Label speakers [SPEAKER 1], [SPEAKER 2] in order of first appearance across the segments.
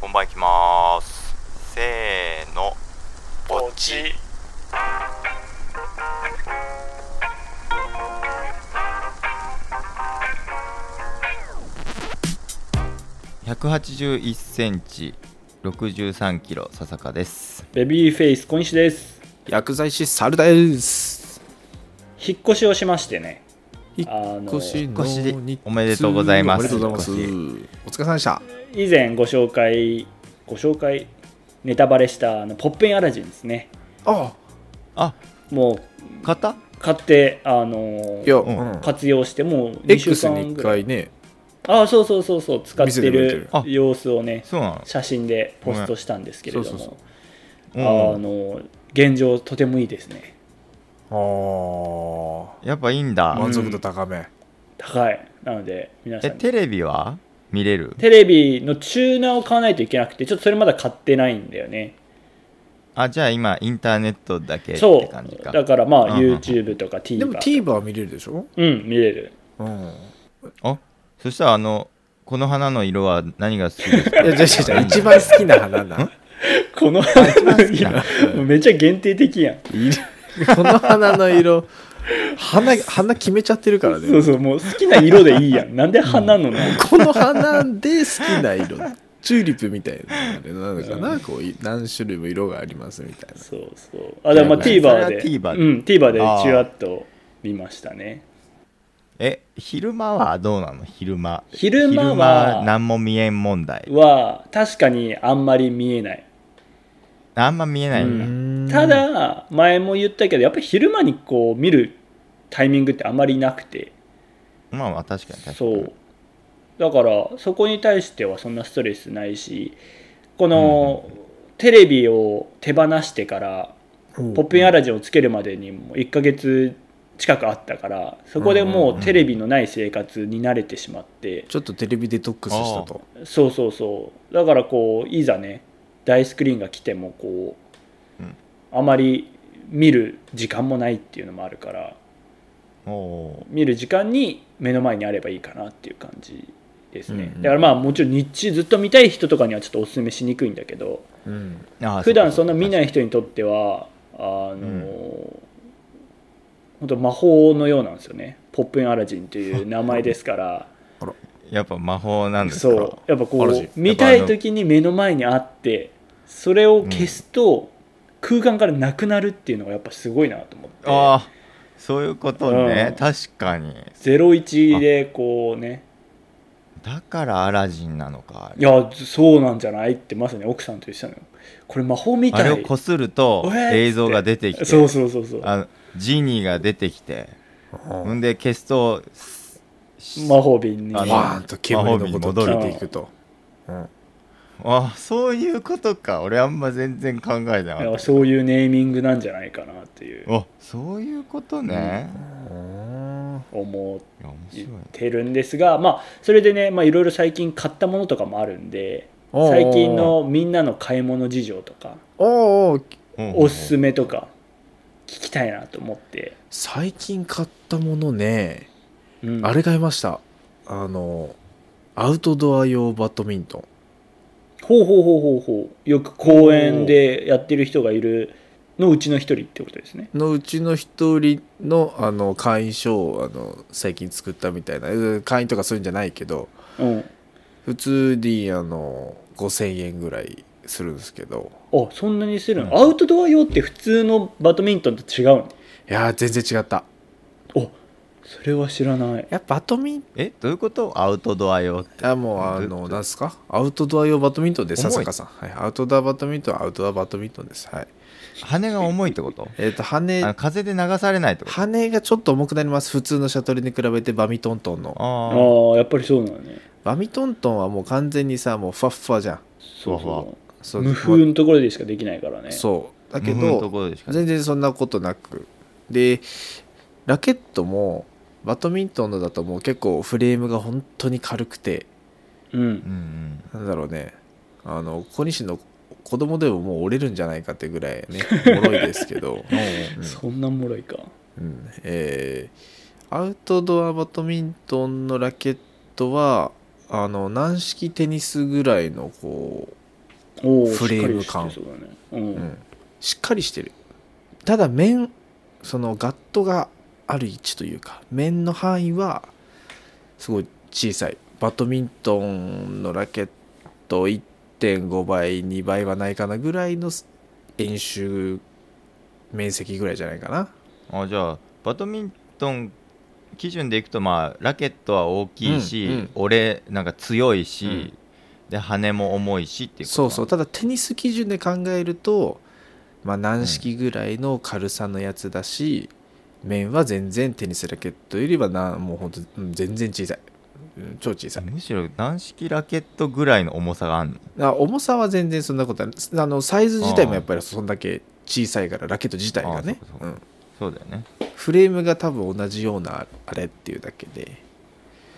[SPEAKER 1] 本番いきますせーの
[SPEAKER 2] ポチ
[SPEAKER 1] 181センチ63キロ笹香です
[SPEAKER 3] ベビーフェイス小西です
[SPEAKER 4] 薬剤師サルです
[SPEAKER 3] 引っ越しをしましてね
[SPEAKER 4] 引っ
[SPEAKER 3] あの
[SPEAKER 4] 越しの
[SPEAKER 1] 引っ越し
[SPEAKER 4] 日
[SPEAKER 1] おめでとうございます
[SPEAKER 4] おめでとうございますお
[SPEAKER 1] 引っ
[SPEAKER 4] 疲れ様でした
[SPEAKER 3] 以前ご紹介ご紹介ネタバレしたあのポッペンアラジンですね
[SPEAKER 4] あ
[SPEAKER 1] あ
[SPEAKER 3] も
[SPEAKER 1] 買った
[SPEAKER 3] う買ってあの
[SPEAKER 4] いや、
[SPEAKER 1] うん
[SPEAKER 4] うん
[SPEAKER 3] 活用してもう2週
[SPEAKER 4] X
[SPEAKER 3] 間
[SPEAKER 4] に1
[SPEAKER 3] ぐらい
[SPEAKER 4] 回ね
[SPEAKER 3] あそうそうそうそう使っ
[SPEAKER 4] 見せ
[SPEAKER 3] て
[SPEAKER 4] てくれて
[SPEAKER 3] る
[SPEAKER 4] る
[SPEAKER 1] あ
[SPEAKER 3] 様子をね
[SPEAKER 1] そうな
[SPEAKER 3] 写真でポストしたんですけれど
[SPEAKER 4] ごめんそう
[SPEAKER 3] も
[SPEAKER 1] のう
[SPEAKER 3] あ
[SPEAKER 1] ん
[SPEAKER 3] の現状とてもいいですね
[SPEAKER 4] あー
[SPEAKER 1] やっぱいいんだ、
[SPEAKER 4] 満足度高め、
[SPEAKER 3] 高いなので皆さ
[SPEAKER 1] え
[SPEAKER 3] ん
[SPEAKER 1] テレビは見れる
[SPEAKER 3] テレビのチューナーを買わないといけなくてちょっとそれまだ買ってないんだよね
[SPEAKER 1] あじゃあ今インターネットだけっ
[SPEAKER 3] そ
[SPEAKER 1] て感じ
[SPEAKER 3] う
[SPEAKER 1] か
[SPEAKER 3] だからまあ
[SPEAKER 1] うんうんうん
[SPEAKER 3] YouTube とか TVer
[SPEAKER 4] でも TVer 見れるでしょ、
[SPEAKER 3] うん見れる
[SPEAKER 4] うん、い
[SPEAKER 1] あそしたらあのこの花の色は何が好きですか
[SPEAKER 4] やじゃあじゃあ一番好きな花な
[SPEAKER 3] この
[SPEAKER 1] な
[SPEAKER 3] もうめっちゃ限定的やん
[SPEAKER 4] いるこの花の色花花決めちゃってるから
[SPEAKER 3] そう
[SPEAKER 4] ね
[SPEAKER 3] そうもう好きな色でいいや んなんで花のね
[SPEAKER 4] この花で好きな色チューリップみたいなあれなのかな、こうい何種類も色がありますみたいな
[SPEAKER 3] そうそうあでもまあ
[SPEAKER 1] いやまあ
[SPEAKER 3] TVer で
[SPEAKER 1] それは TVer で
[SPEAKER 3] うん TVer で
[SPEAKER 1] あー
[SPEAKER 3] チュワッと見ましたね
[SPEAKER 1] え昼間はどうなの昼間
[SPEAKER 3] 昼間は
[SPEAKER 1] 昼間何も見えん問題
[SPEAKER 3] は確かにあんまり見えない
[SPEAKER 1] あんま見えないんだ、
[SPEAKER 3] う
[SPEAKER 4] うん
[SPEAKER 3] ただ前も言ったけどやっぱり昼間にこう見るタイミングってあまりなくて
[SPEAKER 1] まあまあ確かに確かに
[SPEAKER 3] そうだからそこに対してはそんなストレスないしこのテレビを手放してから「ポップインアラジン」をつけるまでにも1ヶ月近くあったからそこでもうテレビのない生活に慣れてしまって
[SPEAKER 4] ちょっとテレビデトックスしたと
[SPEAKER 3] そうそうそうだからこういざね大スクリーンが来てもこう
[SPEAKER 1] うん
[SPEAKER 3] あまり見る時間もないっていうのもあるから
[SPEAKER 1] お
[SPEAKER 3] 見る時間に目の前にあればいいかなっていう感じですね、
[SPEAKER 1] うんうん
[SPEAKER 3] だからまあもちろん日中ずっと見たい人とかにはちょっとおすすめしにくいんだけど
[SPEAKER 4] うん
[SPEAKER 1] ーあ
[SPEAKER 3] 普段そんな見ないい人にとってはあの本当魔法のようなんですよね「ポップインアラジン」という名前ですから
[SPEAKER 1] やっぱ魔法なんですか
[SPEAKER 3] そうやっぱこ
[SPEAKER 4] アラジン
[SPEAKER 3] う見たい時に目の前にあってそれを消すと空間からなくなるっていうのがやっぱすごいなと思って。
[SPEAKER 1] ああそういうことね、
[SPEAKER 3] うん
[SPEAKER 1] 確かに
[SPEAKER 3] 01でこうね
[SPEAKER 1] だからアラジンなのかあ
[SPEAKER 3] い
[SPEAKER 1] れ
[SPEAKER 3] やそうなんじゃないってまさに奥さんと一緒なのよこれ魔法みた
[SPEAKER 1] あ
[SPEAKER 3] い
[SPEAKER 1] れをこすると
[SPEAKER 3] えーっつって
[SPEAKER 1] 映像が出てきて
[SPEAKER 3] そうそうそうそう
[SPEAKER 1] あのジニーが出てきてほんで消すとす
[SPEAKER 3] 魔法瓶に
[SPEAKER 1] あ
[SPEAKER 4] バ
[SPEAKER 1] の
[SPEAKER 4] ーンと煙のこと
[SPEAKER 3] 魔法
[SPEAKER 4] を聞
[SPEAKER 3] に戻る
[SPEAKER 4] いていくと、うん
[SPEAKER 1] あそういうことか俺あんま全然考えてなか
[SPEAKER 3] い
[SPEAKER 1] っ
[SPEAKER 3] や
[SPEAKER 1] た
[SPEAKER 3] そういうネーミングなんじゃないかなっていう
[SPEAKER 1] あそういうことね、
[SPEAKER 3] 思
[SPEAKER 1] いや面
[SPEAKER 3] っ
[SPEAKER 1] 白い
[SPEAKER 3] てるんですがまあそれでねまあいろいろ最近買ったものとかもあるんで
[SPEAKER 4] おー
[SPEAKER 3] 最近のみんなの買い物事情とか
[SPEAKER 4] おー
[SPEAKER 1] うん
[SPEAKER 3] おすすめとか聞きたいなと思って、
[SPEAKER 4] 最近買ったものね、
[SPEAKER 3] うん
[SPEAKER 4] あれ買いましたあのアウトドア用バドミントン
[SPEAKER 3] ほうほうほうほうほうよく公園でやってる人がいるのうちの一人ってことですね
[SPEAKER 4] のうちの一人のあの会員証をあの最近作ったみたいなうん会員とかそういうんじゃないけど
[SPEAKER 3] うん
[SPEAKER 4] 普通にあの5000円ぐらいするんですけど
[SPEAKER 3] あそんなにするの、
[SPEAKER 1] うん
[SPEAKER 3] アウトドア用って普通のバドミントンと違うの
[SPEAKER 4] いやー全然違った
[SPEAKER 3] おそれは知らない
[SPEAKER 4] やっぱバドミン
[SPEAKER 1] えどういうことアウトドア用って
[SPEAKER 4] あもうあ
[SPEAKER 1] どういうこ
[SPEAKER 4] の
[SPEAKER 1] と
[SPEAKER 4] なんすかアウトドア用バドミントンで
[SPEAKER 1] 重い
[SPEAKER 4] 笹香さん、はい、アウトドアバドミントンはアウトドアバドミントンですはい
[SPEAKER 1] 羽が重いってこと
[SPEAKER 4] えっ、と
[SPEAKER 1] あの
[SPEAKER 4] 羽
[SPEAKER 1] 風で流されないってこと
[SPEAKER 4] 羽がちょっと重くなります普通のシャトルに比べてバミトントンの
[SPEAKER 3] あ
[SPEAKER 1] あ
[SPEAKER 3] あ
[SPEAKER 1] ー
[SPEAKER 3] ーやっぱりそうなのね
[SPEAKER 4] バミトントンはもう完全にさもうふわっふわじゃん
[SPEAKER 3] そう
[SPEAKER 1] ふわ
[SPEAKER 3] そ
[SPEAKER 4] そうう
[SPEAKER 3] 無風のところでしかできないからね
[SPEAKER 4] そうだけ
[SPEAKER 1] 無風のと
[SPEAKER 4] ど
[SPEAKER 1] ころでしか
[SPEAKER 4] 全然そんなことなくでラケットもバドミントンのだともう結構フレームが本当に軽くて
[SPEAKER 3] う
[SPEAKER 1] うんんうん
[SPEAKER 4] なんだろうねあの小西の子供でももう折れるんじゃないかってぐらい ね脆いですけど、うん
[SPEAKER 3] そんなもろいか
[SPEAKER 4] うんえーアウトドアバドミントンのラケットはあの軟式テニスぐらいのこう
[SPEAKER 3] おー
[SPEAKER 4] フレーム感
[SPEAKER 3] しっかりしてそうだね、うん
[SPEAKER 4] うん、しっかりしてるただ面そのガットがある位置というか面の範囲はすごい小さいバドミントンのラケット1.5倍2倍はないかなぐらいの演習面積ぐらいじゃないかな
[SPEAKER 1] あじゃあバドミントン基準でいくとまあラケットは大きいし、
[SPEAKER 4] うんうん
[SPEAKER 1] 俺なんか強いし、で羽も重いしっていうこと
[SPEAKER 4] そうそうただテニス基準で考えると、まあ、軟式ぐらいの軽さのやつだし、面は全然テニスラケットよりはなもうほんとうん全然小さい、うん超小さい
[SPEAKER 1] むしろ軟式ラケットぐらいの重さがあるの
[SPEAKER 4] あ重さは全然そんなことないあのサイズ自体もやっぱりそんだけ小さいからラケット自体がね
[SPEAKER 1] あそうかそう
[SPEAKER 4] う
[SPEAKER 1] か
[SPEAKER 4] ん、
[SPEAKER 1] そうだよね
[SPEAKER 4] フレームが多分同じようなあれっていうだけで、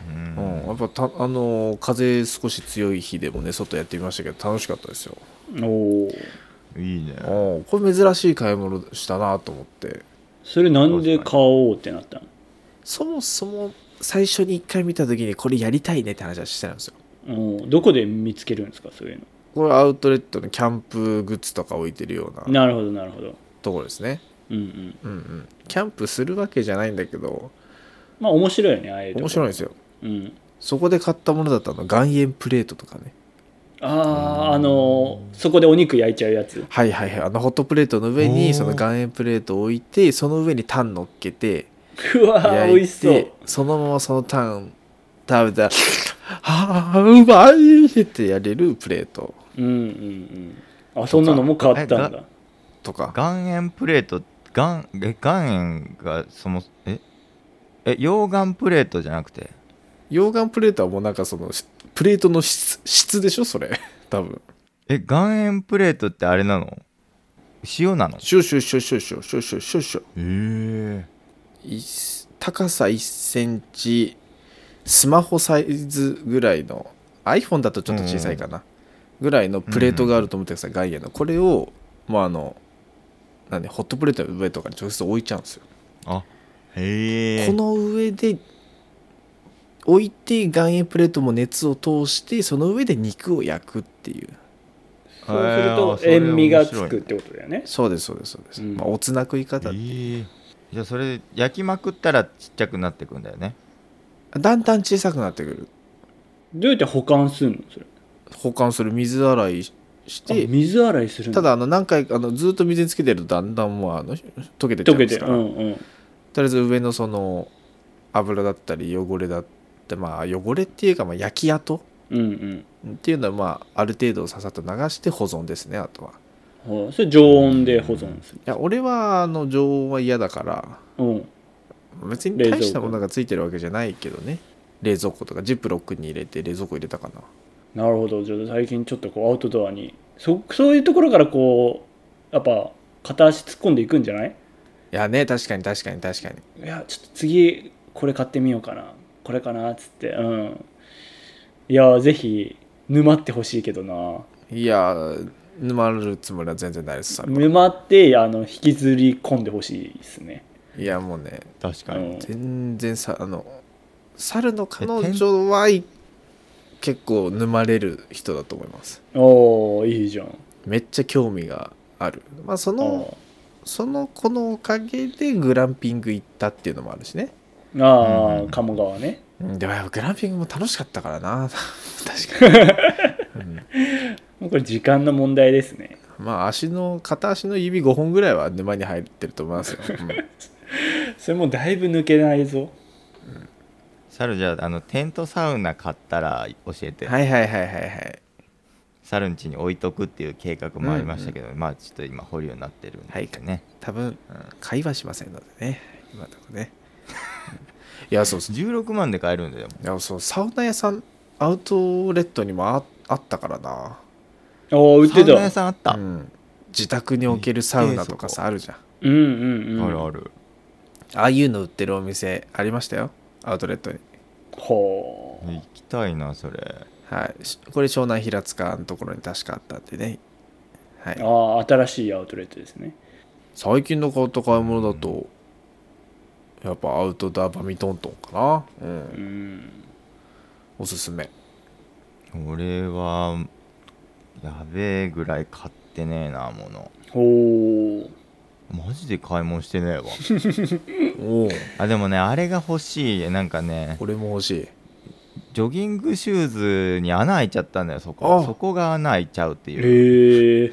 [SPEAKER 1] う
[SPEAKER 4] うん
[SPEAKER 1] ん、
[SPEAKER 4] やっぱたあの風少し強い日でもね外やってみましたけど楽しかったですよ、
[SPEAKER 3] おー
[SPEAKER 1] いいね
[SPEAKER 4] うんこれ珍しい買い物したなと思って
[SPEAKER 3] それなんで買おうってなったの
[SPEAKER 4] そもそも最初に一回見た時にこれやりたいねって話はしてたんですよ
[SPEAKER 3] おーどこで見つけるんですかそういう
[SPEAKER 4] これアウトレットのキャンプグッズとか置いてるよう
[SPEAKER 3] の
[SPEAKER 4] な
[SPEAKER 3] なるほどなるほど
[SPEAKER 4] ところですね
[SPEAKER 3] うんうん
[SPEAKER 4] うんうんキャンプするわけじゃないんだけど
[SPEAKER 3] まあ面白いよねああいうとこ
[SPEAKER 4] 面白いんですよ
[SPEAKER 3] うん、
[SPEAKER 4] そこで買ったものだったの岩塩プレートとかね
[SPEAKER 3] あああのーそこでお肉焼いちゃうやつ
[SPEAKER 4] はいはいはいあのホットプレートの上
[SPEAKER 1] お
[SPEAKER 4] に
[SPEAKER 1] ー
[SPEAKER 4] その岩塩プレートを置いてその上にタン乗っけて
[SPEAKER 3] うわー美
[SPEAKER 4] 焼い
[SPEAKER 3] 味しそう
[SPEAKER 4] てそのままそのタン食べたら 「ああうまい!」ってやれるプレート
[SPEAKER 3] うんうんうんあそんなのも買ったん
[SPEAKER 1] え
[SPEAKER 3] だ
[SPEAKER 4] とか
[SPEAKER 1] 岩塩プレート岩え岩塩がそもええ溶岩プレートじゃなくて
[SPEAKER 4] 溶岩プレートはもうなんかそのしプレートの質質でしょそれ多分
[SPEAKER 1] え岩塩プレートってあれなの塩なの
[SPEAKER 4] シュッシュッシュッシュッシュッシュッシュッシュッシュッ
[SPEAKER 1] えー、
[SPEAKER 4] いっ高さ1センチスマホサイズぐらいの iPhone だとちょっと小さいかな、ぐらいのプレートがあると思ってください、外野のこれをまああのなんでホットプレートの上とかに直接置いちゃうんですよ、
[SPEAKER 1] あへえ
[SPEAKER 4] この上で置いて岩塩プレートも熱を通してその上で肉を焼くっていう
[SPEAKER 3] そうすると塩味がつくってことだよね
[SPEAKER 4] そうですそうですそうです、
[SPEAKER 3] うん
[SPEAKER 4] まあ、おつな食い
[SPEAKER 1] え
[SPEAKER 4] 方
[SPEAKER 1] ーじゃあそれ焼きまくったらちっちゃくなってくんだよね
[SPEAKER 4] だんだん小さくなってくる
[SPEAKER 3] どうやって保管するのそれ
[SPEAKER 4] 保管する水洗いし
[SPEAKER 3] あ
[SPEAKER 4] て
[SPEAKER 3] 水洗いするん
[SPEAKER 4] た
[SPEAKER 3] だ
[SPEAKER 4] だあの何回かあのずっと水につけてるとだんだんもうあの溶けてっちゃ
[SPEAKER 3] 溶
[SPEAKER 4] うん
[SPEAKER 3] け
[SPEAKER 4] です
[SPEAKER 3] て
[SPEAKER 4] から、
[SPEAKER 3] うんうん
[SPEAKER 4] とりあえず上のその油だったり汚れだってまあ汚れっていうかまあ焼き跡
[SPEAKER 3] うん
[SPEAKER 4] っていうのはまあある程度ささっと流して保存ですねあとは
[SPEAKER 3] うんはいそれ常温で保存する
[SPEAKER 4] いや俺はあの常温は嫌だから
[SPEAKER 3] うん
[SPEAKER 4] 別に
[SPEAKER 3] 冷蔵庫
[SPEAKER 4] 大したものがついてるわけじゃないけどね冷蔵庫とかジップロックに入れて冷蔵庫入れたかな
[SPEAKER 3] なるほどじゃあ最近ちょっとこうアウトドアにそそういうところからこうやっぱ片足突っ込んでいくんじゃない
[SPEAKER 4] いやね確かに確かに確かに
[SPEAKER 3] いやちょっと次これ買ってみようかなこれかなっつってうんいやぜひ沼ってほしいけどない
[SPEAKER 4] や沼るつもりは全然ないですさ
[SPEAKER 3] 沼ってあの引きずり込んでほしいですね
[SPEAKER 4] いやもうね
[SPEAKER 1] 確か
[SPEAKER 3] う
[SPEAKER 1] に
[SPEAKER 3] ん
[SPEAKER 4] 全然さあの猿の彼女はい結構沼れる人だと思います
[SPEAKER 3] おおいいじゃん
[SPEAKER 4] めっちゃ興味があるまあその
[SPEAKER 3] あ
[SPEAKER 4] その子のおかげでグランピング行ったっていうのもあるしね、
[SPEAKER 3] ーあー、
[SPEAKER 1] うん
[SPEAKER 3] 鴨川ね
[SPEAKER 4] うん、でもやっぱグランピングも楽しかったから な確かに、
[SPEAKER 3] これ時間の問題ですね
[SPEAKER 4] うんまあ足の片足の指5本ぐらいは沼に入ってると思いますよ、 うん
[SPEAKER 3] それもうだいぶ抜けないぞ
[SPEAKER 1] 猿じゃああのテントサウナ買ったら教えて、
[SPEAKER 4] はいはいはいはいはい
[SPEAKER 1] 猿ん家に置いとくっていう計画もありましたけど、まあちょっと今掘るようになってるんですよね、
[SPEAKER 4] 多分、会話しませんのでね今のとこね いやそうそう
[SPEAKER 1] 16万で買えるんだよ
[SPEAKER 4] いやそうサウナ屋さんアウトレットにもああったからな、
[SPEAKER 3] おお売って
[SPEAKER 1] サウナ
[SPEAKER 3] た
[SPEAKER 1] 屋さんあった、
[SPEAKER 4] うん、自宅に置けるサウナとかさあるじゃん
[SPEAKER 3] うんうんうん
[SPEAKER 1] あるある
[SPEAKER 4] ああいうの売ってるお店ありましたよアウトレットに
[SPEAKER 3] ほ
[SPEAKER 1] 行きたいなそれ
[SPEAKER 4] はいしこれ湘南平塚のところに確かあったんでねは
[SPEAKER 3] う
[SPEAKER 4] い
[SPEAKER 3] ああ新しいアウトレットですね
[SPEAKER 4] 最近の買った買い物だとやっぱアウトドアバミトントンかなう
[SPEAKER 3] うんん
[SPEAKER 4] おすすめ
[SPEAKER 1] 俺はやべえぐらい買ってねえなもの
[SPEAKER 3] ほう
[SPEAKER 1] マジで買い物して ねえわ
[SPEAKER 4] おお
[SPEAKER 1] あでもねあれが欲しいなんかね
[SPEAKER 4] 俺も欲しい
[SPEAKER 1] ジョギングシューズに穴開いちゃったんだよそ
[SPEAKER 4] あ
[SPEAKER 1] こそこが穴開いちゃうっていう
[SPEAKER 3] へえ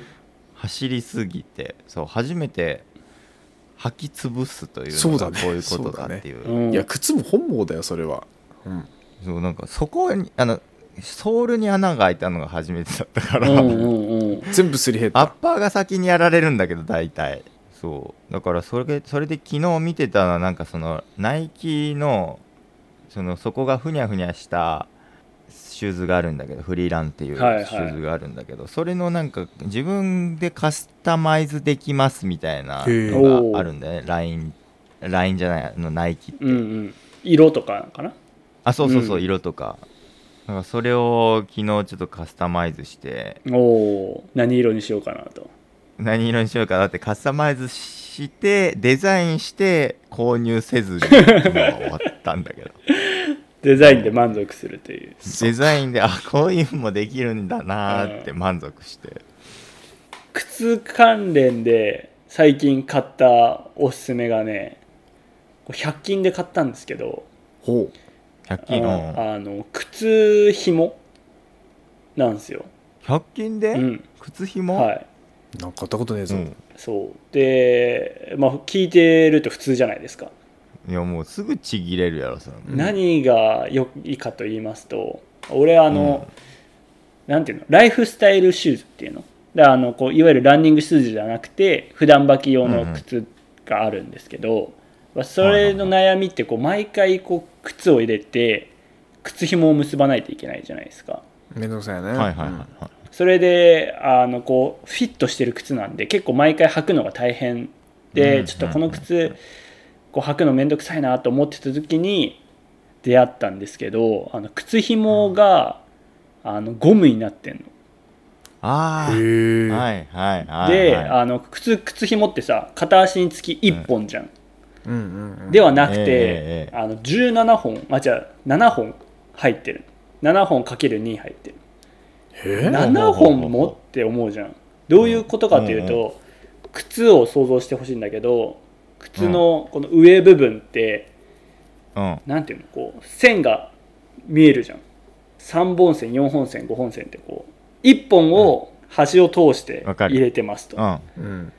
[SPEAKER 1] 走りすぎてそう初めて履き潰すという
[SPEAKER 4] そ
[SPEAKER 1] の
[SPEAKER 4] うだ
[SPEAKER 1] が
[SPEAKER 4] ね
[SPEAKER 1] こういうこと
[SPEAKER 4] そうだ
[SPEAKER 1] だ
[SPEAKER 4] ね
[SPEAKER 1] っていう
[SPEAKER 3] うん
[SPEAKER 4] いや靴も本望だよそれはうん
[SPEAKER 1] そうなんかそこにあのソールに穴が開いたのが初めてだったから、
[SPEAKER 3] うんうんうん
[SPEAKER 4] 全部すり減っ
[SPEAKER 1] アッ
[SPEAKER 4] た
[SPEAKER 1] パーが先にやられるんだけど大体そうだからそれそれで昨日見てたのはなんかそのナイキのそのそこがふにゃふにゃしたシューズがあるんだけどフリーランっていうシ
[SPEAKER 3] はいは
[SPEAKER 1] ュ
[SPEAKER 3] い
[SPEAKER 1] ーズがあるんだけど、それのなんか自分でカスタマイズできますみたいな
[SPEAKER 4] へえ
[SPEAKER 1] のがあるんだよね LINE, LINE じゃないあのナイキって
[SPEAKER 3] うんうん色とかかな
[SPEAKER 1] あそうそうそう、
[SPEAKER 3] うん
[SPEAKER 1] 色とかなんかそれを昨日ちょっとカスタマイズして
[SPEAKER 3] おおー何色にしようかなと
[SPEAKER 1] 何色にしようかなってカスタマイズしてデザインして購入せずに今終わったんだ けど
[SPEAKER 3] デザインで満足するという
[SPEAKER 1] デザインであこういうのもできるんだなーって満足して、
[SPEAKER 3] 靴関連で最近買ったおすすめがねこれ100均で買ったんですけど
[SPEAKER 4] ほ
[SPEAKER 1] 100
[SPEAKER 3] あ
[SPEAKER 1] 均の
[SPEAKER 3] のあの靴ひもなんですよ、
[SPEAKER 1] 100均で、
[SPEAKER 3] うん
[SPEAKER 1] 靴ひも、
[SPEAKER 3] はい、
[SPEAKER 4] うなんか買ったことねえ
[SPEAKER 1] う
[SPEAKER 4] ぞ、
[SPEAKER 1] ん、
[SPEAKER 3] そうで、まあ、聞いてると普通じゃないですか、
[SPEAKER 1] いやもうすぐちぎれるやろそれ
[SPEAKER 4] うん
[SPEAKER 3] 何が良いかと言いますと俺あの、なんていうのライフスタイルシューズっていうのだからあのこういわゆるランニングシューズじゃなくて普段履き用の靴があるんですけど、まあそれの悩みってこう毎回こう靴を入れて靴紐を結ばないといけないじゃないですか
[SPEAKER 4] めんどくさいね
[SPEAKER 1] はいはいはいはい
[SPEAKER 3] それであのこうフィットしてる靴なんで結構毎回履くのが大変で、
[SPEAKER 1] うん
[SPEAKER 3] ちょっとこの靴こう履くのめんどくさいなと思ってた時に出会ったんですけどあの靴紐が、あのゴムになってんの。
[SPEAKER 1] あー
[SPEAKER 4] へえ、
[SPEAKER 1] はいはいはい
[SPEAKER 3] で、
[SPEAKER 1] はい
[SPEAKER 3] あの靴靴紐ってさ片足につき1本じゃん、
[SPEAKER 4] うんうんうん、
[SPEAKER 3] ではなくて、
[SPEAKER 1] ええええ
[SPEAKER 3] あの17本あじゃあ7本入ってる7本かける2入ってる
[SPEAKER 4] えー
[SPEAKER 3] 7本もって思うじゃんどういうことかという
[SPEAKER 1] うん
[SPEAKER 3] と、靴を想像してほしいんだけど靴のこの上部分って、
[SPEAKER 1] うん
[SPEAKER 3] なんていうのこう線が見えるじゃん3本線4本線5本線ってこう1本を端を通して
[SPEAKER 1] わかる
[SPEAKER 3] 入れてますと、
[SPEAKER 1] うん
[SPEAKER 4] うん、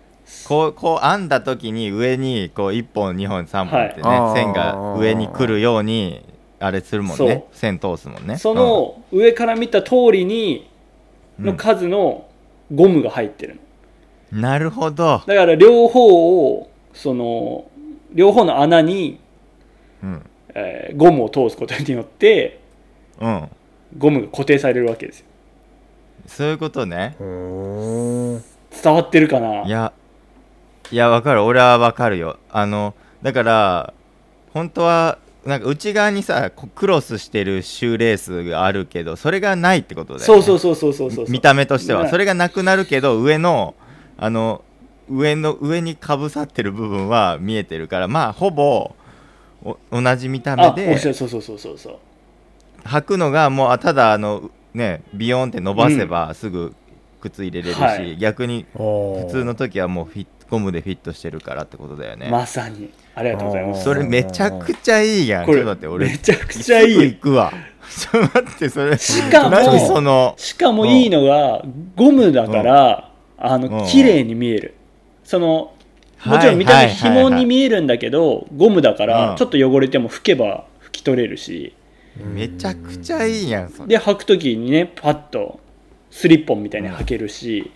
[SPEAKER 1] こうこう編んだ時に上にこう1本2本3本ってね、
[SPEAKER 4] はい
[SPEAKER 1] 線が上に来るようにあれするもん
[SPEAKER 3] そう
[SPEAKER 1] ね線通すもんね
[SPEAKER 3] その上から見た通りに
[SPEAKER 1] うん
[SPEAKER 3] の数のゴムが入ってるの
[SPEAKER 1] うんなるほど、
[SPEAKER 3] だから両方をその両方の穴に、
[SPEAKER 1] うん
[SPEAKER 3] えーゴムを通すことによって
[SPEAKER 1] うん、
[SPEAKER 3] ゴムが固定されるわけですよ
[SPEAKER 1] そういうことね
[SPEAKER 4] ほー
[SPEAKER 3] 伝わってるかない
[SPEAKER 1] やいやわかる俺はわかるよあのだから本当はなんか内側にさこうクロスしてるシューレースがあるけどそれがないってことだよね
[SPEAKER 3] そうそうそうそうそうそう
[SPEAKER 1] 見た目としては
[SPEAKER 3] ね
[SPEAKER 1] それがなくなるけど上のあの上の上にかぶさってる部分は見えてるからまあほぼお同じ見た目
[SPEAKER 3] あ面白
[SPEAKER 1] で
[SPEAKER 3] いそうそうそうそうそう
[SPEAKER 1] 履くのがもうあただあのねビヨーンって伸ばせばすぐ靴入れれるし、
[SPEAKER 3] はい
[SPEAKER 1] 逆に
[SPEAKER 4] 普
[SPEAKER 1] 普通の時はもうフィットゴムでフィットしてるからってことだよね、
[SPEAKER 3] まさにありがとうございます
[SPEAKER 1] それめちゃくちゃいいやん
[SPEAKER 3] こ
[SPEAKER 1] ちょっ
[SPEAKER 3] れ
[SPEAKER 1] と待って俺
[SPEAKER 3] めちゃくちゃい
[SPEAKER 1] すぐ
[SPEAKER 3] い
[SPEAKER 1] 行くわ ちょっと待ってそれ
[SPEAKER 3] しか
[SPEAKER 1] 何そ
[SPEAKER 3] も
[SPEAKER 1] の
[SPEAKER 3] しかもいいのがゴムだからあ
[SPEAKER 1] う
[SPEAKER 3] の
[SPEAKER 1] ん
[SPEAKER 3] 綺麗に見えるそのもちろん見た目紐に見えるんだけどゴムだか
[SPEAKER 1] う
[SPEAKER 3] ら
[SPEAKER 1] ん
[SPEAKER 3] ちょっと汚れても拭けば拭き取れるし
[SPEAKER 1] めちゃくちゃいいやんそれ
[SPEAKER 3] で履く時にねパッとスリッポンみたいに履けるし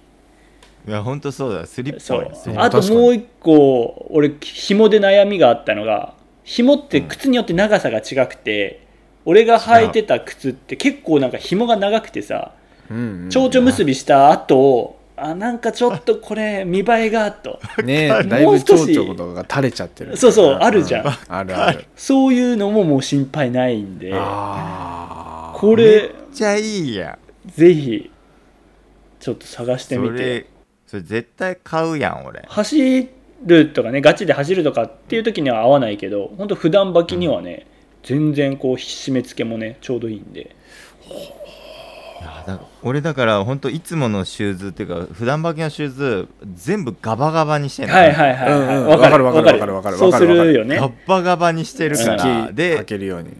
[SPEAKER 1] いや本当そうだスリッ
[SPEAKER 3] そ
[SPEAKER 1] ポン
[SPEAKER 3] う
[SPEAKER 1] や
[SPEAKER 4] う
[SPEAKER 3] あと
[SPEAKER 4] 確かに
[SPEAKER 3] もう一個俺紐で悩みがあったのが紐って靴によって長さが違くて俺が履いてた靴って結構なんか紐が長くてさ
[SPEAKER 4] うんうん
[SPEAKER 3] 蝶々結びした後あなんかちょっとこれ見栄えがと
[SPEAKER 4] ね
[SPEAKER 1] わか
[SPEAKER 4] え
[SPEAKER 1] る
[SPEAKER 4] だいぶ蝶
[SPEAKER 3] もう少し
[SPEAKER 4] 々とかが垂れちゃってる
[SPEAKER 3] そうそうあるじゃん
[SPEAKER 4] うあるある
[SPEAKER 3] そういうのももう心配ないんで
[SPEAKER 4] あー
[SPEAKER 3] これ
[SPEAKER 1] めっちゃいいやん
[SPEAKER 3] ぜひちょっと探して
[SPEAKER 1] そ
[SPEAKER 3] みて
[SPEAKER 1] れそれ絶対買うやん俺
[SPEAKER 3] 走るとかねガチで走るとかっていう時には合わないけど本当普段履きにはね、全然こう締め付けもねちょうどいいんで
[SPEAKER 1] やだ俺だから本当いつものシューズっていうか普段履きのシューズ全部ガバガバにしてんの
[SPEAKER 3] はいはいはいはい
[SPEAKER 4] うんうん
[SPEAKER 3] わかる
[SPEAKER 4] わかるわかるわかる
[SPEAKER 3] そ
[SPEAKER 4] わ
[SPEAKER 3] う
[SPEAKER 4] か
[SPEAKER 3] す
[SPEAKER 4] る
[SPEAKER 3] るよね
[SPEAKER 1] ガバガバにしてる
[SPEAKER 4] ス
[SPEAKER 1] か
[SPEAKER 4] ッキ
[SPEAKER 1] ら
[SPEAKER 4] リ履
[SPEAKER 1] で
[SPEAKER 4] けるように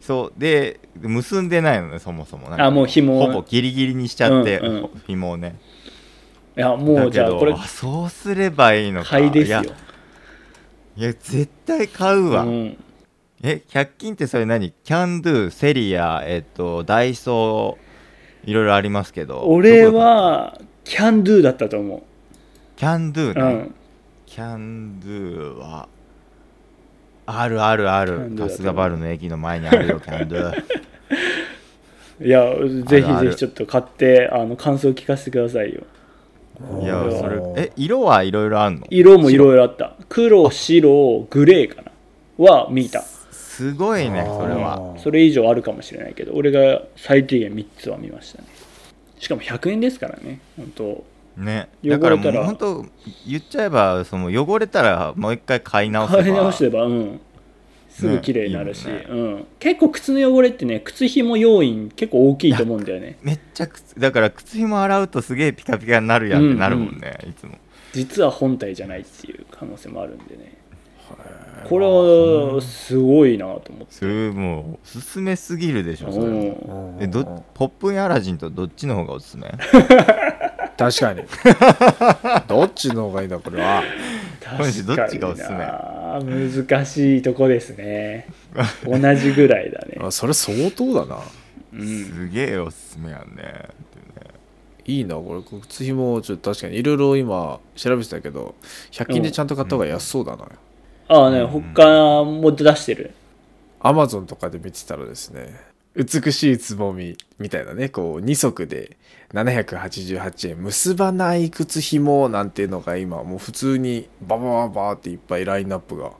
[SPEAKER 1] そうで結んでないのねそもそもなんか
[SPEAKER 3] あもう紐
[SPEAKER 1] ほぼギリギリにしちゃって、
[SPEAKER 3] うんうん
[SPEAKER 1] 紐をね
[SPEAKER 3] いやもうじゃあこれ
[SPEAKER 1] だけどそうすればいいのか
[SPEAKER 3] 買いですよ
[SPEAKER 1] や、いや絶対買う
[SPEAKER 3] う
[SPEAKER 1] わ、
[SPEAKER 3] ん、
[SPEAKER 1] え100均ってそれ何キャンドゥセリアえっとダイソーいろいろありますけど
[SPEAKER 3] 俺
[SPEAKER 1] どこで買っ
[SPEAKER 3] はキャンドゥだったと思
[SPEAKER 1] たキャンドゥ
[SPEAKER 3] う、う
[SPEAKER 1] ね、
[SPEAKER 3] ん、
[SPEAKER 1] キャンドゥはあるあるあ
[SPEAKER 3] キャン
[SPEAKER 1] る
[SPEAKER 3] ドゥだと
[SPEAKER 1] 春日バルの駅の前にあるよキャンド ゥ
[SPEAKER 3] いやぜ
[SPEAKER 1] あ
[SPEAKER 3] ひ
[SPEAKER 1] るあ
[SPEAKER 3] ぜ
[SPEAKER 1] る
[SPEAKER 3] ひちょっと買ってあの感想聞かせてくださいよ
[SPEAKER 1] いやそれ
[SPEAKER 4] おー
[SPEAKER 1] え色はいろいろあるの
[SPEAKER 3] 色もいろいろあった黒白グレーかなは見た
[SPEAKER 1] すごいねそれは
[SPEAKER 4] あー
[SPEAKER 3] それ以上あるかもしれないけど俺が最低限3つは見ましたねしかも100円ですからね本当
[SPEAKER 1] ね
[SPEAKER 3] 汚
[SPEAKER 1] だ
[SPEAKER 3] れた
[SPEAKER 1] かららもう本当言っちゃえばその汚れたらもう一回買い直せば
[SPEAKER 3] 買い直せばうんすぐ綺麗になるし、
[SPEAKER 1] ねいい
[SPEAKER 3] うん、結構靴の汚れってね靴ひも要因結構大きいと思うんだ よね
[SPEAKER 1] めっちゃ靴だから靴ひも洗うとすげえピカピカになるやんってなるもんね、いつも
[SPEAKER 3] 実は本体じゃないっていう可能性もあるんでねこれはすごいなと思って
[SPEAKER 1] それもうおすすめすぎるでしょそれも
[SPEAKER 3] うん
[SPEAKER 1] えどポップインアラジンとどっちの方がおすすめ
[SPEAKER 4] 確かに どっちの方がいいんだこれは
[SPEAKER 1] 小西どっちがおすすめ
[SPEAKER 3] め難しいとこです ね同じぐらいだね、
[SPEAKER 4] あそれ相当だな
[SPEAKER 3] うん、
[SPEAKER 1] すげえおすすめやんね
[SPEAKER 4] いいなこれ靴ひもちょっと確かにいろいろ今調べてたけど100均でちゃんと買った方が安そうだな
[SPEAKER 3] ああね、
[SPEAKER 1] うん
[SPEAKER 3] 他も出してる
[SPEAKER 4] アマゾンとかで見てたらですね美しいつぼみみたいなねこう2足で788円結ばない靴ひもなんていうのが今もう普通にバババババっていっぱいラインナップが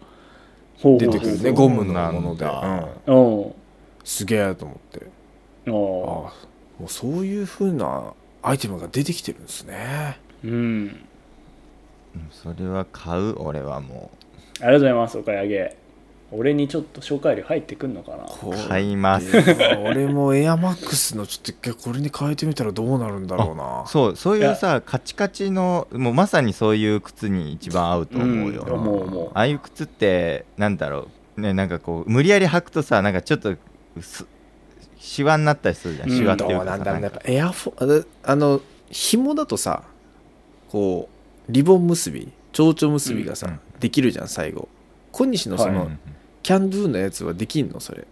[SPEAKER 3] ほうほ
[SPEAKER 4] 出
[SPEAKER 3] うほ
[SPEAKER 4] て
[SPEAKER 3] う
[SPEAKER 4] く
[SPEAKER 1] そ
[SPEAKER 4] る
[SPEAKER 1] う
[SPEAKER 4] ねゴムのもので、
[SPEAKER 1] なんだ
[SPEAKER 4] うん
[SPEAKER 3] うん
[SPEAKER 4] すげえと思って
[SPEAKER 3] ああ
[SPEAKER 4] あもうそういう風なアイテムが出てきてるんですね
[SPEAKER 3] うん
[SPEAKER 1] うんそれは買う俺はも
[SPEAKER 3] ありがとうございますお買い上げ俺にちょっと紹介料入ってくんのかな
[SPEAKER 4] こ
[SPEAKER 1] う
[SPEAKER 4] う
[SPEAKER 1] 買います
[SPEAKER 4] 俺もエアマックスのちょっと一回これに変えてみたらどうなるんだろう な
[SPEAKER 1] そうそう
[SPEAKER 3] い
[SPEAKER 1] いう
[SPEAKER 3] や
[SPEAKER 1] さカチカチのもうまさにそういう靴に一番合うと思うよ、
[SPEAKER 3] ん思う思う
[SPEAKER 1] ああいう靴ってなんだろうねなんかこう無理やり履くとさなんかちょっとすシワになったりするじゃん、
[SPEAKER 3] うん
[SPEAKER 1] シワって
[SPEAKER 4] ど
[SPEAKER 1] いううか
[SPEAKER 4] な
[SPEAKER 1] さ
[SPEAKER 4] んだろう
[SPEAKER 1] な
[SPEAKER 4] ね
[SPEAKER 1] ん
[SPEAKER 4] やっ
[SPEAKER 1] か
[SPEAKER 4] ぱエアフォあの紐だとさこうリボン結び蝶々結びがさ、
[SPEAKER 1] うん
[SPEAKER 4] できるじゃん最後小西のそ
[SPEAKER 1] うん
[SPEAKER 4] の、
[SPEAKER 1] うんうん
[SPEAKER 4] キャンドゥのやつはできんのそれ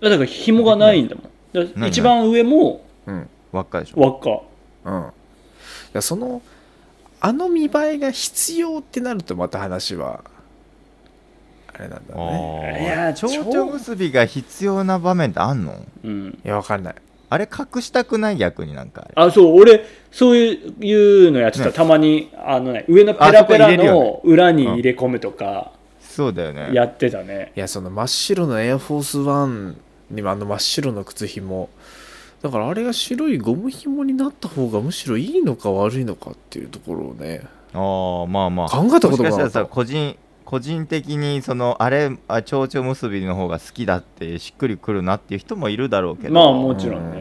[SPEAKER 3] だから紐がないんだもんだから
[SPEAKER 1] ない
[SPEAKER 3] 一番上も
[SPEAKER 4] うん
[SPEAKER 1] 輪っかでしょ
[SPEAKER 3] 輪っか
[SPEAKER 4] うんだからそのあの見栄えが必要ってなるとまた話はあれなんだね
[SPEAKER 3] いや
[SPEAKER 1] あ
[SPEAKER 3] ー
[SPEAKER 1] あ蝶々結びが必要な場面ってあんの
[SPEAKER 3] うん
[SPEAKER 4] いやわかんない
[SPEAKER 1] あれ隠したくない逆になんかあれ
[SPEAKER 3] あそう俺そういういうのやってた、
[SPEAKER 1] ね
[SPEAKER 3] たまにあの、ね、上のペラペラの裏に入れ込むとか
[SPEAKER 1] そうだよね
[SPEAKER 3] やってたね
[SPEAKER 4] いやその真っ白のエアフォースワンにもあの真っ白の靴ひもだからあれが白いゴムひもになった方がむしろいいのか悪いのかっていうところをね
[SPEAKER 1] ああまあまあ
[SPEAKER 4] 考えたこと
[SPEAKER 1] も
[SPEAKER 4] が
[SPEAKER 1] しか
[SPEAKER 4] な
[SPEAKER 1] した
[SPEAKER 4] から
[SPEAKER 1] さ
[SPEAKER 4] った
[SPEAKER 1] 個人個人的にそのあれあ蝶々結びの方が好きだってしっくりくるなっていう人もいるだろうけど
[SPEAKER 3] まあもちろんね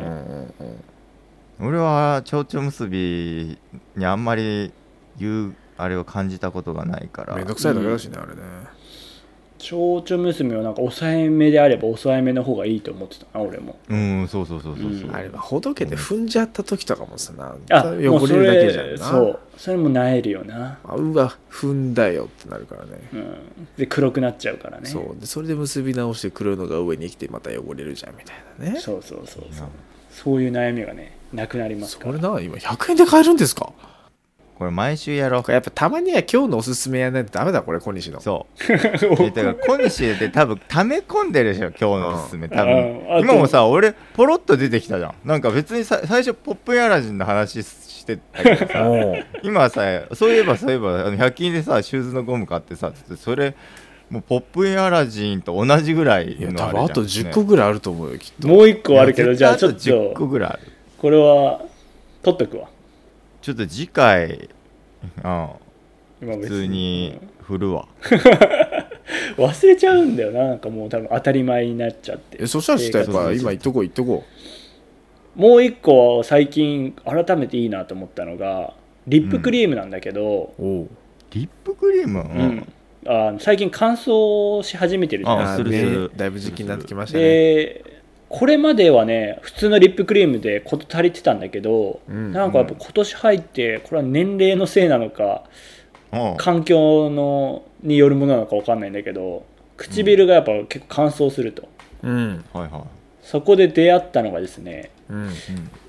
[SPEAKER 4] ね
[SPEAKER 1] 俺は蝶々結びにあんまり言うあれを感じたことがないから
[SPEAKER 4] めんどくさいだけだしね、あれね
[SPEAKER 3] 蝶々娘はなんか抑えめであれば抑えめの方がいいと思ってたな俺も
[SPEAKER 1] うんそうそうそうそうそう、
[SPEAKER 3] うん
[SPEAKER 4] あれはほどけて踏んじゃった時とかもさな
[SPEAKER 3] あも
[SPEAKER 4] 汚
[SPEAKER 3] うそ
[SPEAKER 4] れるだけじゃん
[SPEAKER 3] れ
[SPEAKER 4] な
[SPEAKER 3] そうそれもなえるよな、
[SPEAKER 4] あうわ踏んだよってなるからね
[SPEAKER 3] うん、で黒くなっちゃうからね
[SPEAKER 4] そうでそれで結び直して黒いのが上に来てまた汚れるじゃんみたいなね
[SPEAKER 3] そうそうそうそう
[SPEAKER 1] いや
[SPEAKER 3] そういう悩みがねなくなります
[SPEAKER 4] そ
[SPEAKER 3] から
[SPEAKER 4] れな今100円で買えるんですか
[SPEAKER 1] これ毎週やろう
[SPEAKER 4] やっぱたまには今日のおすすめやらないとダメだこれ小西の
[SPEAKER 1] そうえだから小西って多分溜め込んでるでしょ今日のおすすめ多
[SPEAKER 3] うんあ
[SPEAKER 1] 分今もさ俺ポロッと出てきたじゃんなんか別にさ最初ポップインアラジンの話してたけどさ
[SPEAKER 4] おう
[SPEAKER 1] 今さそういえばそういえばあの100均でさシューズのゴム買ってさつってそれもうポップインアラジンと同じぐらい
[SPEAKER 4] いや
[SPEAKER 1] の
[SPEAKER 4] 多
[SPEAKER 1] あれじゃ
[SPEAKER 4] 分
[SPEAKER 1] ん
[SPEAKER 4] あと10個ぐらいあると思うよきっと
[SPEAKER 3] もう一個あるけどじゃあちょっ
[SPEAKER 1] 絶対あと10個
[SPEAKER 3] と
[SPEAKER 1] ぐらいある
[SPEAKER 3] これは取っとくわ
[SPEAKER 1] ちょっと次回、うん、
[SPEAKER 3] 今
[SPEAKER 1] 普
[SPEAKER 3] 別
[SPEAKER 1] 通に振るわ。
[SPEAKER 3] うん忘れちゃうんだよななんかもう多分当たり前になっちゃって
[SPEAKER 4] えそしたらちょっとやっ
[SPEAKER 1] そうそう
[SPEAKER 4] ぱ
[SPEAKER 1] そう
[SPEAKER 4] 今行っとこう行っとこ
[SPEAKER 3] もう一個最近改めていいなと思ったのがリップクリームなんだけど、
[SPEAKER 4] おう
[SPEAKER 1] リップクリーム、
[SPEAKER 3] うんあの最近乾燥し始めてるじゃないです
[SPEAKER 1] あす
[SPEAKER 3] か
[SPEAKER 1] る
[SPEAKER 4] ね
[SPEAKER 1] する
[SPEAKER 4] だいぶ時期になってきましたね
[SPEAKER 3] でこれまではね普通のリップクリームで事足りてたんだけど、
[SPEAKER 4] うん
[SPEAKER 3] なんかやっぱ今年入ってこれは年齢のせいなのか
[SPEAKER 1] うん
[SPEAKER 3] 環境のによるものなのか分かんないんだけど唇がやっぱ結構乾燥すると、
[SPEAKER 4] うん
[SPEAKER 1] はいは
[SPEAKER 3] そこで出会ったのがですね
[SPEAKER 4] うん
[SPEAKER 1] い、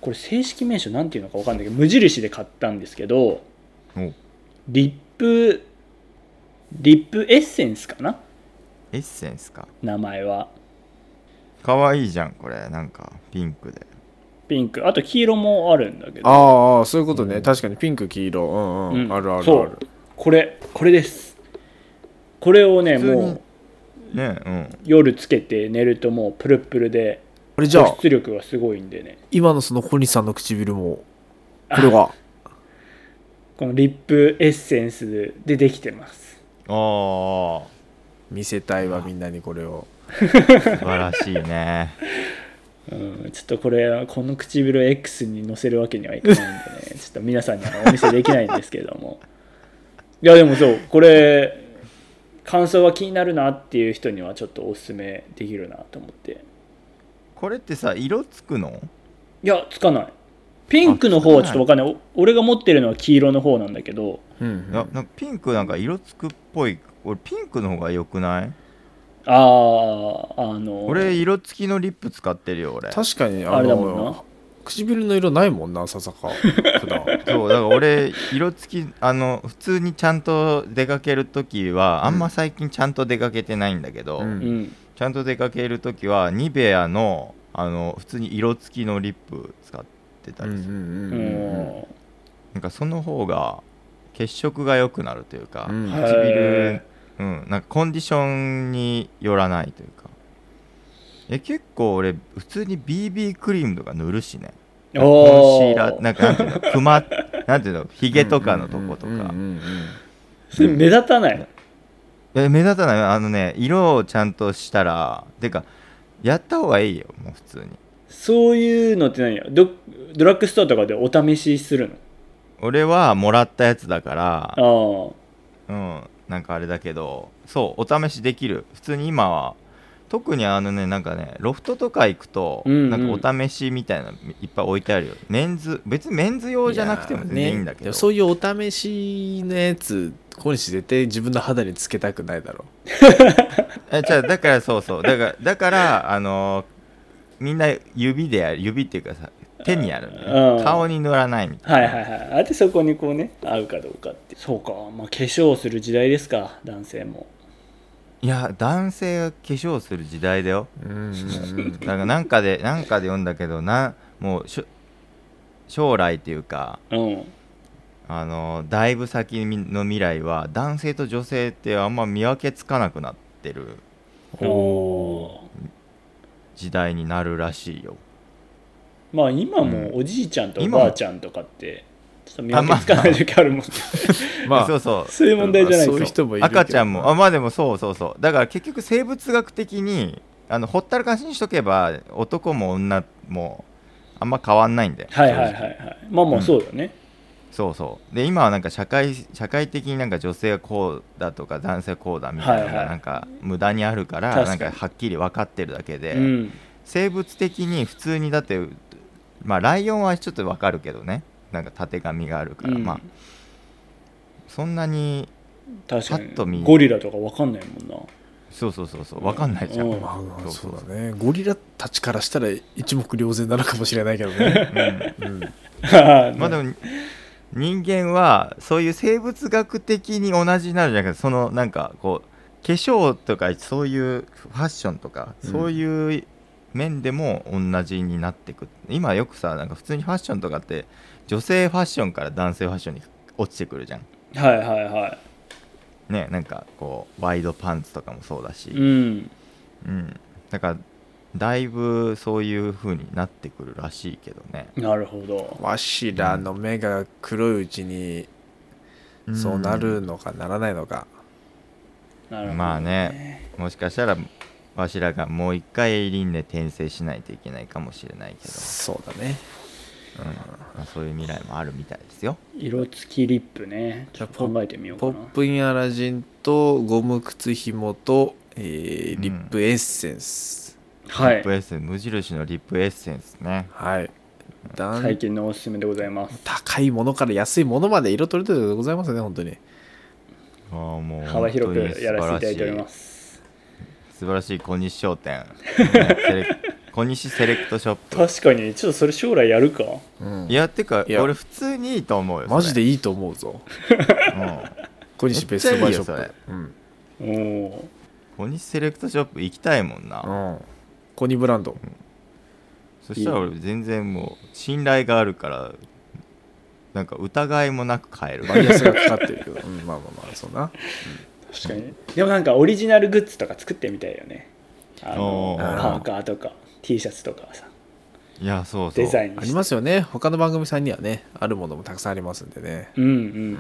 [SPEAKER 3] これ正式名称なんていうのか分かんないけど無印で買ったんですけど
[SPEAKER 1] うん、お
[SPEAKER 3] リップリップエッセンスかな
[SPEAKER 1] エッセンスか
[SPEAKER 3] 名前は
[SPEAKER 1] かわいいじゃんこれなんかピンクで
[SPEAKER 3] ピンクあと黄色もあるんだけど
[SPEAKER 4] ああそういうことね確かにピンク黄色うんうん、
[SPEAKER 3] うん
[SPEAKER 4] あるある
[SPEAKER 3] そ
[SPEAKER 4] ある
[SPEAKER 3] うこれこれですこれをね
[SPEAKER 1] 普通に
[SPEAKER 3] もう
[SPEAKER 1] ねうん
[SPEAKER 3] 夜つけて寝るともうプルップルで
[SPEAKER 4] あれじゃあ
[SPEAKER 3] 保湿力がすごいんでね
[SPEAKER 4] 今のその小西さんの唇もこれが
[SPEAKER 3] このリップエッセンスでできてます
[SPEAKER 1] あ
[SPEAKER 4] 見せたいわみんなにこれを
[SPEAKER 1] あ素晴らしいね
[SPEAKER 3] うん、ちょっとこれこの唇を X に載せるわけにはいかないんでね ちょっと皆さんにはお見せできないんですけれどもいやでもそうこれ感想が気になるなっていう人にはちょっとおすすめできるなと思って
[SPEAKER 1] これってさ色つくの
[SPEAKER 3] いやつかないピンクの方はちょっとわかんないお俺が持ってるのは黄色の方なんだけど
[SPEAKER 4] うん
[SPEAKER 1] いやなんかピンクなんか色つくっぽい俺ピンクの方が良くない
[SPEAKER 3] あああの
[SPEAKER 1] 俺色付きのリップ使ってるよ俺
[SPEAKER 4] 確かにあ
[SPEAKER 3] あれだもんな
[SPEAKER 4] の唇の色ないもんなささか 普段
[SPEAKER 1] そうだから俺色付きあの普通にちゃんと出かける時はあんま最近ちゃんと出かけてないんだけど、
[SPEAKER 4] うん
[SPEAKER 3] うん
[SPEAKER 1] ちゃんと出かける時はニベアのあの普通に色付きのリップ使ってた
[SPEAKER 4] うん
[SPEAKER 1] り
[SPEAKER 4] う
[SPEAKER 1] する、
[SPEAKER 3] うん
[SPEAKER 4] うん
[SPEAKER 3] ん
[SPEAKER 1] なんかその方が血色が良くなるというか、
[SPEAKER 4] うんうん
[SPEAKER 3] はい
[SPEAKER 1] 唇、うん、なんかコンディションによらないというかえ結構俺普通に BB クリームとか塗るしねコンシーラーなんかなんていうの クマなんていうのヒゲとかのとことか、
[SPEAKER 4] うんうんうん
[SPEAKER 3] それ目立たない
[SPEAKER 1] え目立たないあのね色をちゃんとしたらてかやった方がいいよもう普通に
[SPEAKER 3] そういうのって何やドドラッグストアとかでお試しする
[SPEAKER 1] 俺はもらったやつだから
[SPEAKER 3] の
[SPEAKER 1] うんなんかあれだけどそうお試しできる普通に今は特にあのねなんかねロフトとか行くと、
[SPEAKER 3] うんうん
[SPEAKER 1] なんかお試しみたいないっぱい置いてあるよメンズ別にメンズ用じゃなくても全然いいんだけ
[SPEAKER 4] や
[SPEAKER 1] ど、
[SPEAKER 4] ねそういうお試しのやつ小西絶対自分の肌につけたくないだろ
[SPEAKER 1] えじゃあだからそうそうだからだからあのみんな指でやる指っていうかさ手にやるのね、
[SPEAKER 3] うん
[SPEAKER 1] 顔に塗らないみたい
[SPEAKER 3] ああはいはいはいあってそこにこうね合うかどうかってそうか、まあ、化粧をする時代ですか男性も
[SPEAKER 1] ないや男性が化粧する時代だよ
[SPEAKER 4] う、うん
[SPEAKER 1] だからなんかでなんかで読んだけどなもうしょ将来っていうか
[SPEAKER 3] うん
[SPEAKER 1] あのだいぶ先の未来は男性と女性ってあんま見分けつかなくなってる
[SPEAKER 3] お
[SPEAKER 1] 時代になるらしいよ
[SPEAKER 3] まあ今もおじいちゃんとおばあちゃんとかってちょっと見分けつかない時あるも んね
[SPEAKER 4] まあ
[SPEAKER 1] そうそう
[SPEAKER 3] そういう問題じゃない
[SPEAKER 4] そ
[SPEAKER 3] で
[SPEAKER 4] う
[SPEAKER 3] すか
[SPEAKER 4] いう人もいるけど
[SPEAKER 1] 赤ちゃんもあまあでもそうそうそうだから結局生物学的にあのほったらかしにしとけば男も女もあんま変わんないんだよ
[SPEAKER 3] はいはいはいはいまあまあそうだね、
[SPEAKER 1] そうそうで今はなんか社会社会的になんか女性はこうだとか男性はこうだみたいなの
[SPEAKER 3] はいは
[SPEAKER 1] が
[SPEAKER 3] い
[SPEAKER 1] なんか無駄にあるから、
[SPEAKER 3] 確か
[SPEAKER 1] なん
[SPEAKER 3] に
[SPEAKER 1] かはっきり分かってるだけで、
[SPEAKER 3] うん
[SPEAKER 1] 生物的に普通にだってまあライオンはちょっと分かるけどねなんかたてがみがあるから、
[SPEAKER 3] うん
[SPEAKER 1] まあそんなに
[SPEAKER 3] 確
[SPEAKER 1] パッと
[SPEAKER 3] か
[SPEAKER 1] 見
[SPEAKER 3] にゴリラとか分かんないもんな
[SPEAKER 1] そうそうそうそう分かんないじゃん、
[SPEAKER 3] う
[SPEAKER 1] うん
[SPEAKER 3] ん
[SPEAKER 4] まあそうだねゴリラたちからしたら一目瞭然なのかもしれないけどね、うん、
[SPEAKER 1] まあでも人間はそういう生物学的に同じになるんじゃなくてそのなんかこう化粧とかそういうファッションとか、
[SPEAKER 4] うん
[SPEAKER 1] そういう面でも同じになってく今よくさなんか普通にファッションとかって女性ファッションから男性ファッションに落ちてくるじゃん
[SPEAKER 3] はいはいは
[SPEAKER 1] ねなんかこうワイドパンツとかもそうだし、
[SPEAKER 3] いうん
[SPEAKER 1] うん、だからだいぶそういう風になってくるらしいけどね、
[SPEAKER 3] なるほど
[SPEAKER 4] わしらの目が黒いうちにそうなるのかならないのか、
[SPEAKER 3] なるほど
[SPEAKER 1] まあねもしかしたらわしらがもう一回輪廻転生しないといけないかもしれないけ
[SPEAKER 4] そうだね
[SPEAKER 1] ど、うんまあ、そういう未来もあるみたいですよ
[SPEAKER 3] 色付きリップねちょっと考えてみようか
[SPEAKER 4] ポ
[SPEAKER 3] な
[SPEAKER 4] ップインアラジンとゴム靴ひもと、えーリップエッセンス、
[SPEAKER 3] は
[SPEAKER 1] リ
[SPEAKER 3] い
[SPEAKER 1] ップエッセンス無印のリップエッセンスね
[SPEAKER 4] はいだん
[SPEAKER 3] 最近のおすすめでございます
[SPEAKER 4] 高いものから安いものまで色とりどりでございますね本当に
[SPEAKER 1] ああもう
[SPEAKER 3] 幅広
[SPEAKER 1] 本当に
[SPEAKER 3] く
[SPEAKER 1] 素
[SPEAKER 3] や
[SPEAKER 1] 晴
[SPEAKER 3] らせていただいており
[SPEAKER 1] し
[SPEAKER 3] ます
[SPEAKER 1] 素晴らしい小西商 店、ねセレク小西セレクトショップ
[SPEAKER 3] 確かにちょっとそれ将来やるか
[SPEAKER 4] うん
[SPEAKER 1] いやってか
[SPEAKER 4] いや
[SPEAKER 1] 俺普通にいいと思うよ
[SPEAKER 4] マジで
[SPEAKER 1] いい、
[SPEAKER 4] いいと思うぞ
[SPEAKER 1] うん、
[SPEAKER 4] 小西ベストバイショ
[SPEAKER 1] めっちゃいい
[SPEAKER 4] ッ
[SPEAKER 1] よ
[SPEAKER 4] プうん
[SPEAKER 3] おお
[SPEAKER 1] 小西セレクトショップ行きたいもんな、
[SPEAKER 4] うんコニーブランド
[SPEAKER 1] そしたら俺全然もう信頼があるからなんか疑いもなく買える
[SPEAKER 4] バイアスがかかってるけど、うん、まあまあまあそうな
[SPEAKER 3] 確かにでもなんかオリジナルグッズとか作ってみたいよねあの
[SPEAKER 1] お
[SPEAKER 3] パ
[SPEAKER 4] ー
[SPEAKER 3] ーカーとか T シャツとかさ
[SPEAKER 1] いやそうそう
[SPEAKER 3] デザインに
[SPEAKER 4] あり
[SPEAKER 3] して
[SPEAKER 4] ますよね他の番組さんにはねあるものもたくさんありますんでね
[SPEAKER 3] うんうん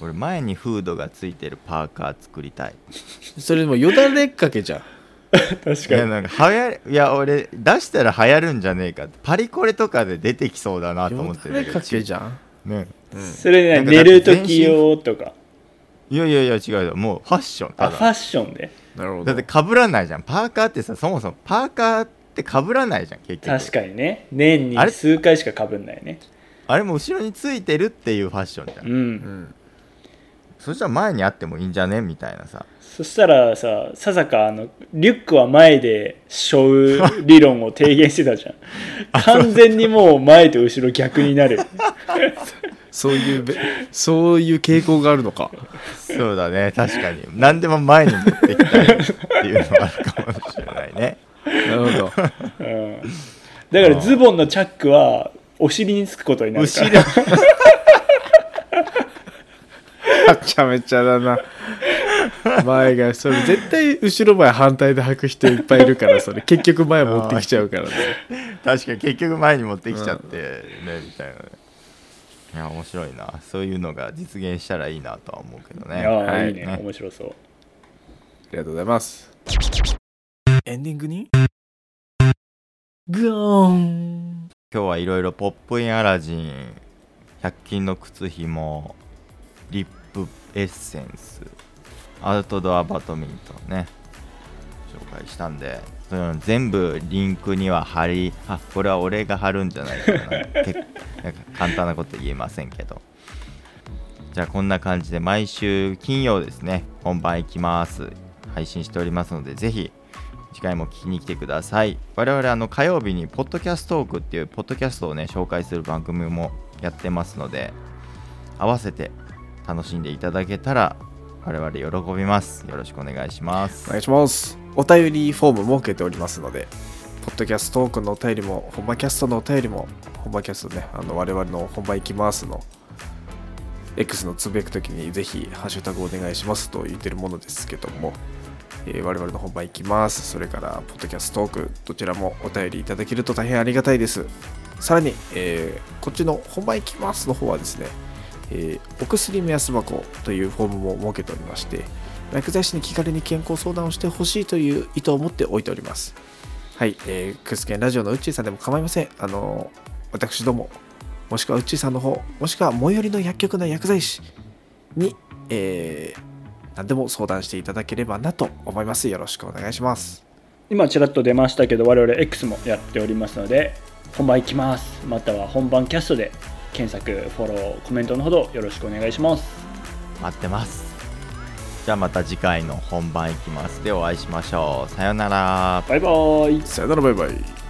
[SPEAKER 1] 俺前にフードがついてるパーカー作りたい
[SPEAKER 4] それでもよだれかけじゃん
[SPEAKER 3] 確
[SPEAKER 1] い
[SPEAKER 3] か
[SPEAKER 1] や
[SPEAKER 3] に
[SPEAKER 1] なんか流行るいや俺出したら流行るんじゃねえかってパリコレとかで出てきそうだなと思
[SPEAKER 4] よ
[SPEAKER 1] って
[SPEAKER 4] だ
[SPEAKER 1] る
[SPEAKER 4] れかけじゃん
[SPEAKER 1] ね
[SPEAKER 3] それね
[SPEAKER 1] なんか
[SPEAKER 3] 寝る時用とか
[SPEAKER 1] いやいやいや違うよもうファッションた
[SPEAKER 3] あファ
[SPEAKER 1] だ
[SPEAKER 3] ッションで
[SPEAKER 4] なるほ
[SPEAKER 1] だ
[SPEAKER 4] ど
[SPEAKER 1] ってかぶらないじゃんパーカーってさそもそもパーカーってかぶらないじゃん結局
[SPEAKER 3] 確かにね年
[SPEAKER 1] あ
[SPEAKER 3] に
[SPEAKER 1] れ
[SPEAKER 3] 数回しかかぶんないね
[SPEAKER 1] あれも後ろについてるっていうファッションじゃん、
[SPEAKER 3] うん
[SPEAKER 4] うん
[SPEAKER 1] そしたら前にあってもいいんじゃねみたいな さ
[SPEAKER 3] そしたらさささかあのリュックは前で背負う理論を提言してたじゃん完全にもう前と後ろ逆になる
[SPEAKER 4] そういうべそういう傾向があるのか
[SPEAKER 1] そうだね確かに何でも前に持ってきたいっていうのがあるかもしれないね
[SPEAKER 4] なるほど
[SPEAKER 3] うんだからズボンのチャックはお尻につくことになるか
[SPEAKER 1] 後
[SPEAKER 3] ら
[SPEAKER 1] ろ
[SPEAKER 4] はちゃめちゃだな前がそれ絶対後ろ前反対で履く人いっぱいいるからそれ結局前持ってきちゃうからね
[SPEAKER 1] 確かに結局前に持ってきちゃってね、みたいなねいや面白いなそういうのが実現したらいいなとは思うけど
[SPEAKER 3] い
[SPEAKER 1] ね
[SPEAKER 3] や
[SPEAKER 4] は
[SPEAKER 3] ー
[SPEAKER 4] い
[SPEAKER 3] いいね
[SPEAKER 1] ね
[SPEAKER 3] 面白そう
[SPEAKER 4] ありがとうございますエンディングにグーン
[SPEAKER 1] 今日はいろいろポップインアラジン100均の靴ひもリップエッセンスアウトドアバドミントンね紹介したんでそういうの全部リンクには貼りあこれは俺が貼るんじゃないかな結なんか簡単なこと言えませんけどじゃあこんな感じで毎週金曜ですね本番行きます配信しておりますのでぜひ次回も聞きに来てください我々あの火曜日にポッドキャストトークっていうポッドキャストをね紹介する番組もやってますので合わせて楽しんでいただけたら我々喜びますよろしくお願いします
[SPEAKER 4] お願いしますお便りフォーム設けておりますのでポッドキャストトークのお便りも本番キャストのお便りも本番キャストねあの我々の本番行きますの X のつぶやくときにぜひハッシュタグお願いしますと言ってるものですけども、えー我々の本番行きますそれからポッドキャストトークどちらもお便りいただけると大変ありがたいですさらに、えーこっちの本番行きますの方はですね、えーお薬目安箱というフォームも設けておりまして薬剤師に気軽に健康相談をしてほしいという意図を持っておいておりますはい、えー、クスケンラジオのうっちーさんでも構いませんあのー私どももしくはうっちーさんの方もしくは最寄りの薬局の薬剤師に、えー何でも相談していただければなと思いますよろしくお願いします
[SPEAKER 3] 今ちらっと出ましたけど我々 X もやっておりますので本番いきますまたは本番キャストで検索フォローコメントのほどよろしくお願いします
[SPEAKER 1] 待ってますじゃあまた次回の本番いきますでお会いしましょうさようなら
[SPEAKER 3] バイバーイ
[SPEAKER 4] さよならバイバイ